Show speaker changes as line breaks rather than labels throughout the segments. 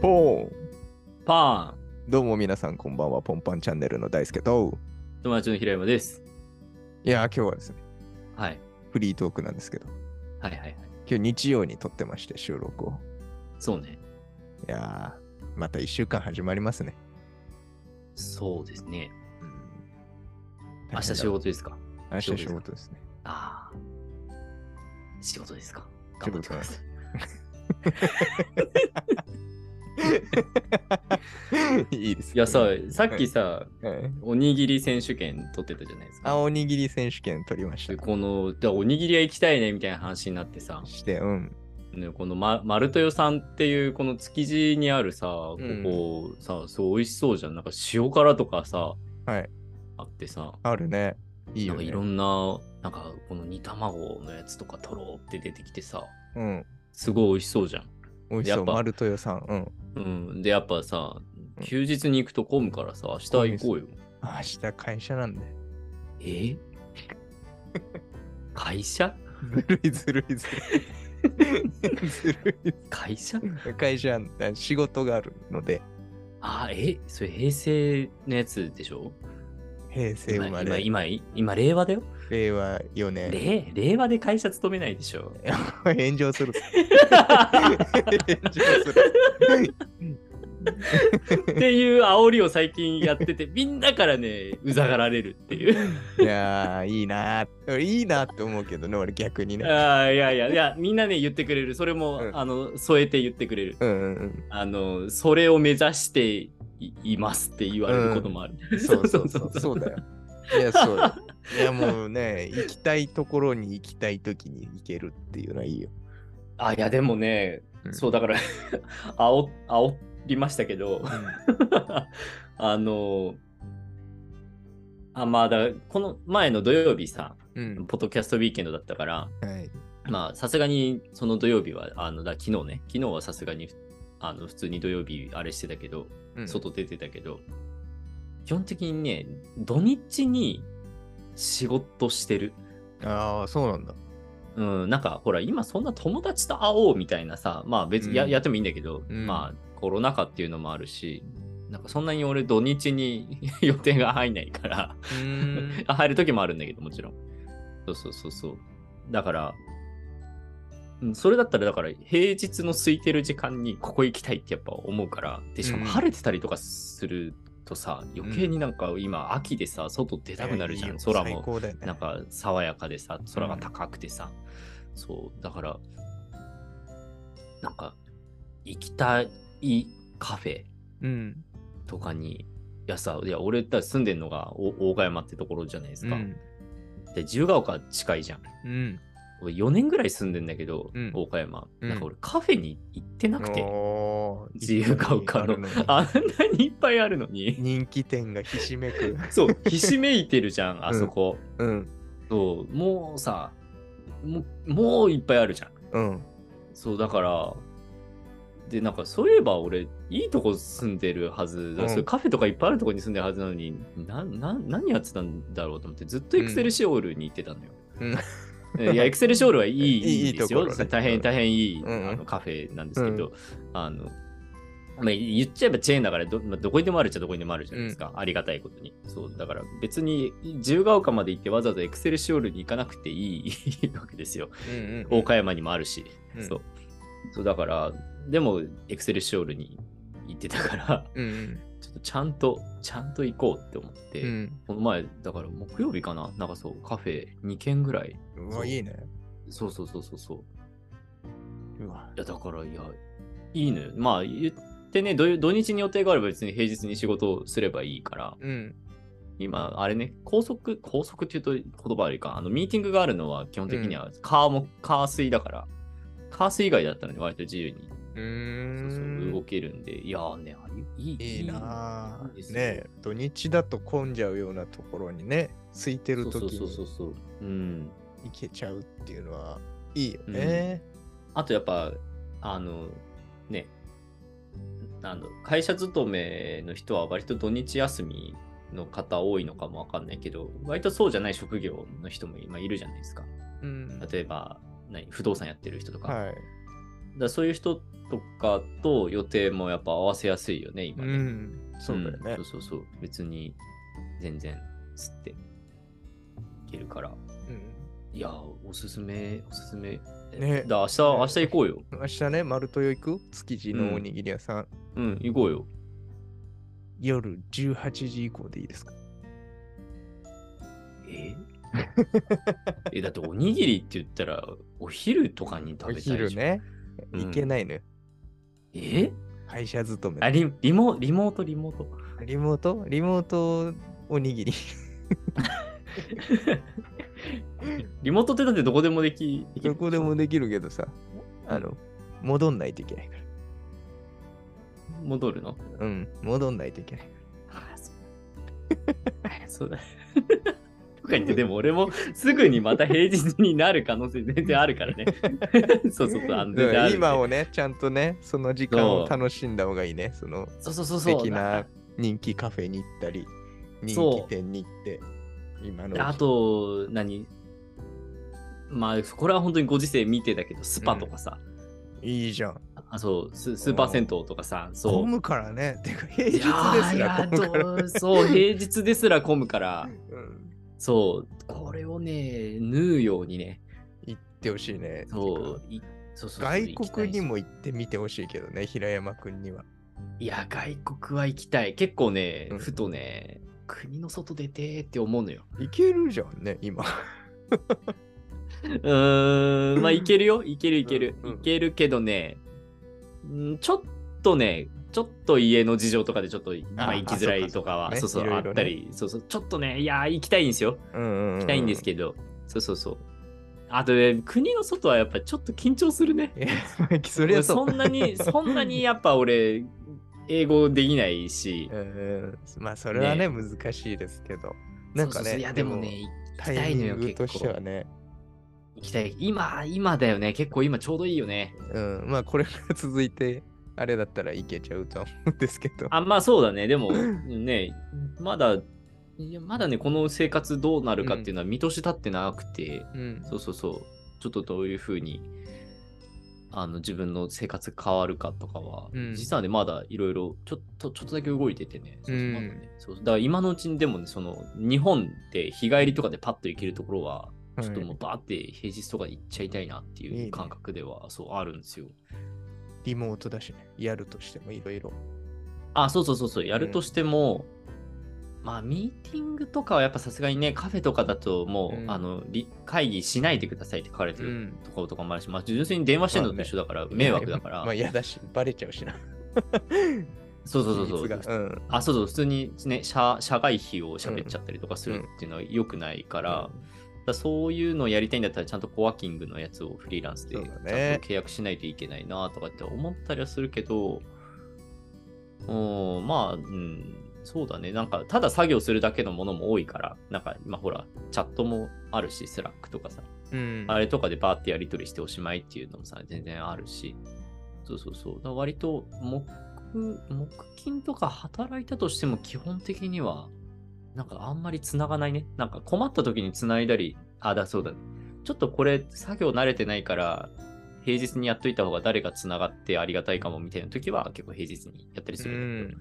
ポン
パン
どうも皆さんこんばんは、ポンパンチャンネルの大輔と。
友達の平山です。
いやー、今日はですね、
はい。
フリートークなんですけど、
はいはいはい。
今日日曜に撮ってまして、収録を。
そうね。
いやー、また1週間始まりますね。
そうですね。
うん
明日仕。事ですか
大変だ明日
仕事で
仕事で
すか
すね。
ああ。仕事ですか頑張ってください。
いいですね。
いやさ、さっきさ、
はい
おにぎり選手権取ってたじゃないです
あ、
か。
おにぎり選手権取りまし
で
た。
この、じゃあおにぎり屋行きたいねみたいな話になってさ、
して、うん。
ねこの、ま、丸豊さんっていうこの築地にあるさ、ここさ、そう美味しそうじゃん。なんか塩辛とかさ、
はい
あってさ、
あるね。いいよ、
なんか
ね。
いろんな、なんかこの煮卵のやつとかとろって出てきてさ、
うん。
すごい美味しそうじゃん。
美味しそ
や
う。
っぱ
丸豊さん。うん。
うん、で、やっぱさ
う、ん
休日に行くと混むからさ、明日行こうよ。
あ明日会社 なんで。
え会社
ずるいずるいずる い。ずるい
会社
会社、仕事があるので、
あ、え、それ平成のやつでしょ
平成生まれ、
今、今、今、今令和だよ。
令和4年。
令令和で会社勤めないでしょ。
炎上する。 炎上する。
っていう煽りを最近や ってて、みんなからね、うざがられるっていう。
いやー、いいなー。いいなって思うけどね、俺逆にね。
あーいやいや、いや、みんなね、言ってくれる。それも、
うん
あの、添えて言ってくれる。
うんうん
あの、それを目指していいますって言われることもある。
うん。そうそうそう。そうだよ。いや、そうよ。いや、もうね、行きたいところに行きたいときに行けるっていうのはいいよ。
あ、いや、でもね、
うん
そう、だから 煽、煽りましたけど、 あの、あ、まあ、だからこの前の土曜日さ、
うん。
ポッドキャストウィーケンドだったから、
はい。
まあ、さすがにその土曜日は、あのだ昨日ね、昨日はさすがにあの普通に土曜日あれしてたけど、
うん
外出てたけど、基本的にね、土日に仕事してる。
ああ、そうなんだ。
うん、なんかほら、今そんな友達と会おうみたいなさ、まあ別にや,、
うん
やってもいいんだけど、
うん
まあコロナ禍っていうのもあるし、なんかそんなに俺土日に 予定が入んないから、
うーん
入る時もあるんだけど、もちろん。そうそうそうそう。だから、うん、それだったら、だから平日の空いてる時間にここ行きたいってやっぱ思うから、で、しかも
うん
晴れてたりとかするとさ、余計になんか今秋でさ、外出たくなるじゃん、
いやいいよ
空
最
も。
高だよね
なんか爽やかでさ、空が高くてさ、そう、だから、なんか、行きたいカフェ
うん。
とかに、いやさ、いや俺だ住んでんのがお大岡山ってところじゃないですか。
うん
で、自由が丘近いじゃん。
うん。
俺4年ぐらい住んでんだけど、
うん
大岡山。
うん
なんか俺カフェに行ってなくて、
おー
自由が丘の
いっぱいある
あんなにいっぱいあるのに。
人気店がひしめく。
そう、ひしめいてるじゃん、あそこ。
うん。
そう、もうさ、もうもういっぱいあるじゃん。
うん。
そうだからでなんかそういえば俺いいとこ住んでるはずだ、
うん
そういうカフェとかいっぱいあるとこに住んでるはずなのになな何やってたんだろうと思ってずっとエクセルシオールに行ってたのよ、いやエクセルシオールはい い
いい
いいんですよ
いいところね
大変大変いい、
うん
あのカフェなんですけど、あのまあ、言っちゃえばチェーンだからど,、まあ、どこにでもあるっちゃどこにでもあるじゃないですか、ありがたいことにそうだから別に自由が丘まで行ってわざわざエクセルシオールに行かなくていい わけですよ
うんうん。
岡山にもあるし、
うん
そうそうだからでもエクセルシオールに行ってたから
うん
ちょっとちゃんとちゃんと行こうって思って、
うん。
この前だから木曜日かななんかそうカフェ2軒ぐらいうそ
わ、
う
いいね。
そうそうそうそうそう
うわ
い。やだからいやいいのよまあ言ってね土土日に予定があれば別に平日に仕事をすればいいから
うん。
今あれね高速高速っていうと言葉悪いかあのミーティングがあるのは基本的にはカーも、カー水だからカー水以外だったらね割と自由に
う
そうそう
ー
動
ん。
けるんで、いやーね、あれいい
いいなあ
いいですよ
ねえ土日だと混んじゃうようなところにね、空いて
そ
る
うそう
時
そうそう
に
そう。うん。
行けちゃうっていうのはいいよね。
あとやっぱ、あの、ね、あの会社勤めの人は割と土日休みの方多いのかもわかんないけど、割とそうじゃない職業の人も今いるじゃないですか。
うん。
例えば、何不動産やってる人とか、
はい。
からそういう人とかと予定もやっぱ合わせやすいよね、今
う
ね。
ん、そうだよね
ん。そうそうそう。別に全然吸っていけるから。
うん
いやー、おすすめ、おすすめ。
ね
だ明日、明日行こうよ。
明日ね、丸豊行く築地のおにぎり屋さん、
うん、行こうよ。
夜18時以降でいいですか
ええ、 だっておにぎりって言ったら、お昼とかに食
お
べたいでしょ。
昼ね。
うん
行けないのよ。
え
会社勤め
あ
の。
リ、リモ、リモート、リモート。
リモートリモートおにぎ り。
リモートってだってどこでもでき、できる
どこでもできるけどさ、あの、戻んないといけないか
戻るの
ら。うん、戻んないといけない。
ああ、そうそうだ。とか言って、でも俺もすぐにまた平日になる可能性全然あるか らね。そうそうそう、あ
だ
の全
か
然あ
ら
る
今をね、ちゃんとね、その時間を楽しんだ方がいいね。その
そうそうそう
素
そう。
敵
だ
な人気カフェに行ったり、人
そう
気店に行って、今のうち。
であと、何まあ、これは本当にご時世見てたけど、スパとかさ、
いいじゃん。
あそうス、スーパー銭湯とかさ、そ
混
う。
むからね。てか平
い
日
や
で
ー
す
い
ら
や
混むから。
どうそう、平日ですら混むから、
うん
そう、これをね、縫うようにね、
行ってほしいね。
そう、いそうそうそう
外
行きたい
国
し
にも行ってみてほしいけどね、平山くんには。
いや、外国は行きたい。結構ね
うん、
ふとね、国の外出てーって思うのよ。
行けるじゃんね、今。
うー ん、まあ行けるよ。行ける行ける。
うんうん
行けるけどね、うんちょっとね、ちょっと家の事情とかでちょっと、まあ行きづらいとかは、
あ
そ
そうう
そ
かそううかねいろいろね
あったり、そうそう、ちょっとね、いやー、行きたいんですよ。
うんうん、
行きたいんですけど、そうそうそう。あとね、国の外はやっぱちょっと緊張するね。
ど。いやそれはそ。
そうんなに、そんなにやっぱ俺、英語できないし、
うんうんまあ、それはね難しいですけど。なんか
そうそうそう
ね、
いやでもね、行き
タ
た
イ
いの
ミ
よ、
ング
結
と
構。
してはね、
行きたい。今、今だよね。結構今ちょうどいいよね。
うん、まあ、これが続いて、あれだったらいけちゃうとは思うんですけど。
あ、まあそうだね。でも、ね、まだ、いやまだね、この生活どうなるかっていうのは見通し立ってなくて、
うん、
そうそうそう。ちょっとどういうふうに、あの、自分の生活変わるかとかは、
うん
実はね、まだいろいろ、ちょっと、ちょっとだけ動いててね。そうそう
うん
まだねそうだから今のうちにでもね、その、日本で日帰りとかでパッと行けるところは、ちょっとも
は
うバーって平日とか行っちゃいたいなっ
い
て
い
いう
ね
感覚ではそうあるんですよ。
いリモートだしね、やるとしてもいろいろ。
あ、そうそうそうそう、やるとしても、まあミーティングとかはやっぱさすがにね、カフェとかだともう、
うん
あのり会議しないでくださいって書かれてるところとかもあるし、まあ純粋に電話してるのと一緒だから、迷惑だから、
まあ、嫌だし、バレちゃうしな。
そうそうそ
秘
うそ
密
う。
がうん。
あ、そうそう、普通にね、社社外費を喋っちゃったりとかするっていうのは良くないから、だからそういうのをやりたいんだったら、ちゃんとコワーキングのやつをフリーランスでち
そう
ゃ
ん
と
だね
契約しないといけないなとかって思ったりはするけど、うん、まあ、うん、そうだね。なんか、ただ作業するだけのものも多いから、なんか今ほら、チャットもあるし、スラックとかさ、
うん。
あれとかでバーってやり取りしておしまいっていうのもさ、全然あるし、そうそうそう。だから割と木、木金とか働いたとしても基本的には、なんかあんまり繋がないね。なんか困った時に繋いだり、あ、だそうだ、ちょっとこれ作業慣れてないから、平日にやっといた方が誰が繋がってありがたいかもみたいな時は結構平日にやったりするんだけど、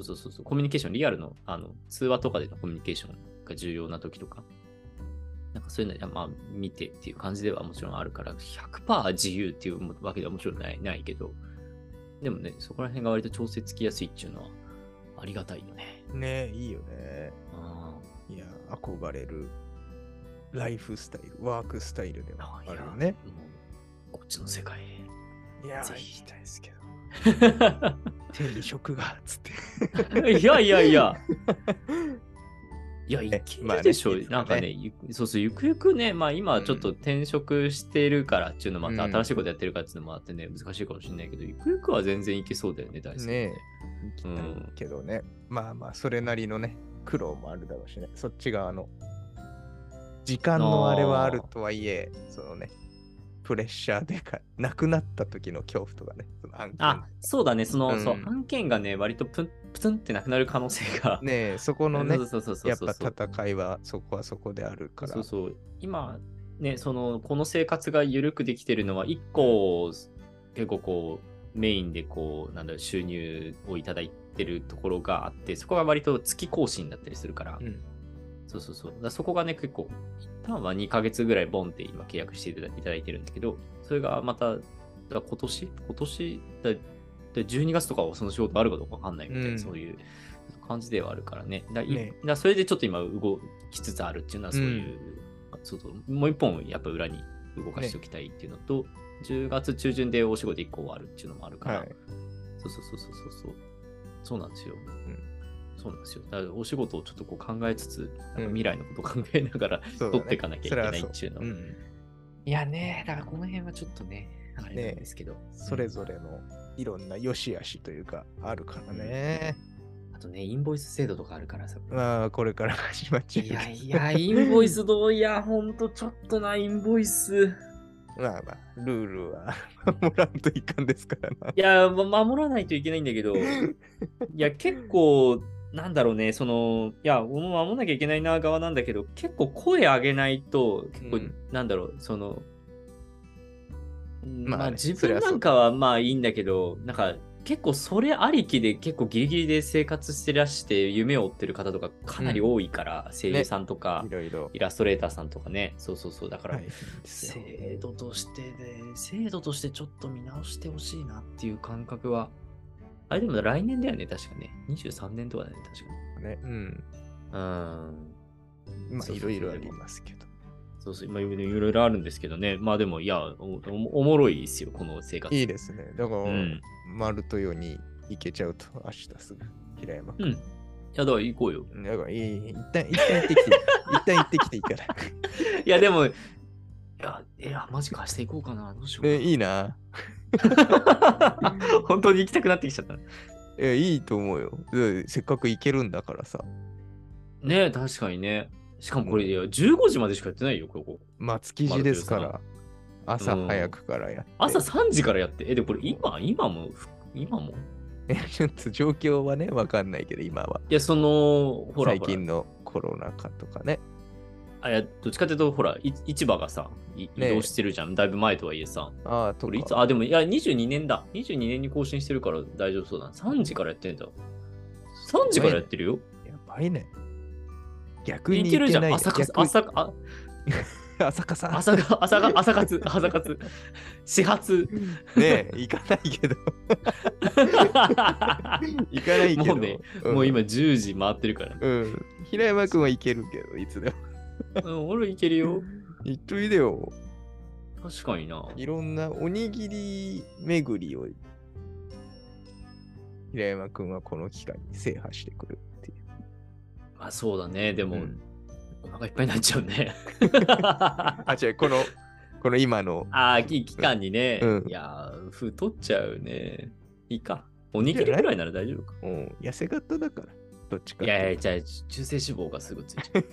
そうそうそうそう、コミュニケーション、リアルのあの通話とかでのコミュニケーションが重要な時とか、なんかそういうのは、まあ、見てっていう感じではもちろんあるから、100%自由っていうわけではもちろんないないけど、でもね、そこら辺が割と調整つきやすいっていうのはありがたいよね。
ねいいよね。
う
いや、憧れる。ライフスタイル、ワークスタイルで
ん。
もあ
い
る
や
よね。。
もうこっちの世界へ。
いや
ぜひ
行きたいですけど。手に職が、つって。
いやいやいや。いや、い
ね
け
まあ
る
ね
でしょ。
いつかね
なんかねゆそうそう、ゆくゆくね、まあ今ちょっと
うん
転職してるからっていうのもあって、
うん
新しいことやってるからっていうのもあってね、難しいかもしれないけど、ゆくゆくは全然いけそうだよね、大好き。
ね行きたいけどね。まあまあ、それなりのね、苦労もあるだろうしね。そっち側の。時間のあれはあるとはいえ、そのね、プレッシャーでか、なくなった時の恐怖とかね、その案件
あ、そうだね、その、
うん
そう、案件がね、割とプンプツンってなくなる可能性が。
ねえそこのね
そう、そうそうそう
やっ
そうそう。
ぱ戦いはそこはそこであるから。
そうそう今ねそのこの生活が緩くできてるのは一個結構こう、メインでこう、なんだろう、収入をいただいてるところがあって、そこが割と月更新だったりするから、
うん。
そうそうそう。だからそこがね、結構、一旦は2ヶ月ぐらいボンって今契約していただいただいてるんだけど、それがまた、だから今年今年だだ12月とかはその仕事あるかどうかわかんないみたいな、
うん
そういう感じではあるからね。だい
ね
だからそれでちょっと今動きつつあるっていうのはそういう、そうそうもう一本やっぱ裏に動かしておきたいっていうのと、10月中旬でお仕事1個終わるっていうのもあるから、
はい
そうそうそうそうそうそう。そうなんですよ。
ん
そうなんですよ。だからお仕事をちょっとこう考えつつ、なんか
うん
未来のことを考えながら、
そうだね
取っていかなきゃいけないっ
そ
ていうの。
れはそううん
いやね、だからこの辺はちょっとね、あれなんですけど。
それぞれのいろんな良し悪しというかあるからね。
あとね、インボイス制度とかあるからさ。
まあこれから始まっちゃう
い
けど
やいや、インボイスどういや、ほんとちょっとな、インボイス。
まあまあルールはもらうといかんですからな。
いや、ま守らないといけないんだ けど、いや、結構、なんだろうね、その、いや、俺も守らなきゃいけないな側なんだけど、結構声上げないと、結構、
うん
なんだろう、その、ま
まあ
あ、
ね
自
そり
分
ゃそう
なんかはまあいいんだけど、なんか、結構それありきで結構ギリギリで生活してらして夢を追ってる方とかかなり多いから、声優さんとか、
いろいろ。
イラストレーターさんとかねそうそうそうだから、
はい
制度としてで、制度としてちょっと見直してほしいなっていう感覚は。あれでも来年だよね、確かね。23年とかだよね、確か
ね。うん。
に。うん。
まあ
そうそうそう
いろいろありますけど。
そうそう、今いろいろあるんですけどね。まあでも、いや、おおおもろいですよ、この生活。
いいですね。だから、
うん。
マルトヨに行けちゃうと明日すぐ平山
うん。いや、だから行こうよ。
だからいいいい一旦一旦行 ってきて一旦行ってきていいから。
いや、でも、いや、いや、マジか、明日行こうかな。どうしようかな
えいい な。
本当に行きたくなってきちゃった。
いやいいと思うよ。だってせっかく行けるんだからさ。
ね確かにね。しかもこれ、いや15時までしかやってないよ、ここ。
まあ築地ですから。
ルトヨさ
朝
ん
早くからやって。
朝3時からやって、え、で、これ今、今も、ふ今も
ね ちょっと状況はね、わかんないけど、今は。
いや、その、ほら
最
ほら
近のコロナ禍とかね。
あいや、どっちかというと、ほら、い市場がさ、い移
ねえ
動してるじゃん、だいぶ前とはいえさ。
ああ、とか
これいつ、あ、でも、いや、22年だ。22年に更新してるから大丈夫そうだな。3時からやってんだ。3時からやってるよ。
やばいね。逆に
い
行
けるじゃん。
ない
朝か
逆
朝か、あ
朝かさ。
朝か、朝か、朝活、朝活、 始発。
ねえ、行かない けど。行かないけど。
もうね
ん
もう今10時回ってるから。
うん。平山くんは行けるけど、いつでも。
うん、俺いけるよ。
行っといでよ。
確かにな。
いろんなおにぎり巡りを平山くんはこの機会に制覇してくるっていう。
まあそうだね。でも、
うん
お腹いっぱいになっちゃう ね。
あ、違う、この、この今の、
ああ、き期間にね。
うん
いやー、太っちゃうね。いいか。おにぎりぐらいなら大丈夫か。
うん、痩せ型だから、どっちかっ
い
て
やいうや、じゃあ、中性脂肪がすぐつい ちゃう。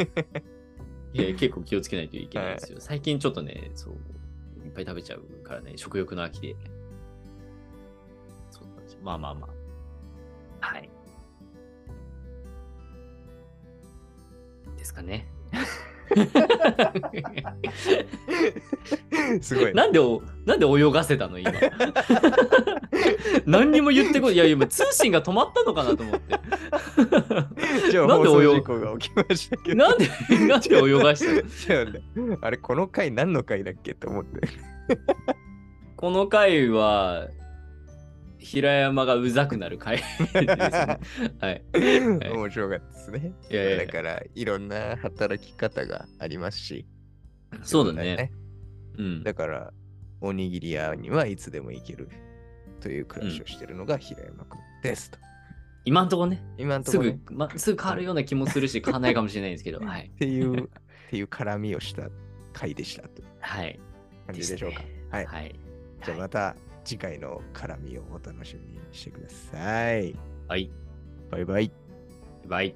いや、結構気をつけないといけないですよ。最近ちょっとね、そう、いっぱい食べちゃうからね、食欲の秋で。そうなんですよまあまあまあ。はい。ですか ね。
とすごいね。
なんでお、なんで泳がせたの今。何にも言ってこない。いや、今、通信が止まったのかなと思って。
じゃあ
なん
放
で
送
泳ぐ
事故が起きましたけど。
なんで、なんで泳がした
違
の
うんだあれ、この回何の回だっけと思って。
この回は、平山がうざくなる回ですね。はい。い
面白かったですね。
いやいやい
だ
や
から、いろんな働き方がありますし。
そうだね。。うん。
だから、おにぎり屋にはいつでも行けるという暮らしをしてるのが平山くんですと。
今んとこね、
今のと
す
ころ、
ぐ
ね、、
ま、すぐ変わるような気もするし、変わらないかもしれないんですけど、はい
っ。ていう、っていう絡みをした回でしたという
はい。
感じでし ょうか。
すね
はい。
はい。
じゃあまた次回の絡みをお楽しみにしてください。
はい。
バイバイ。
バイ。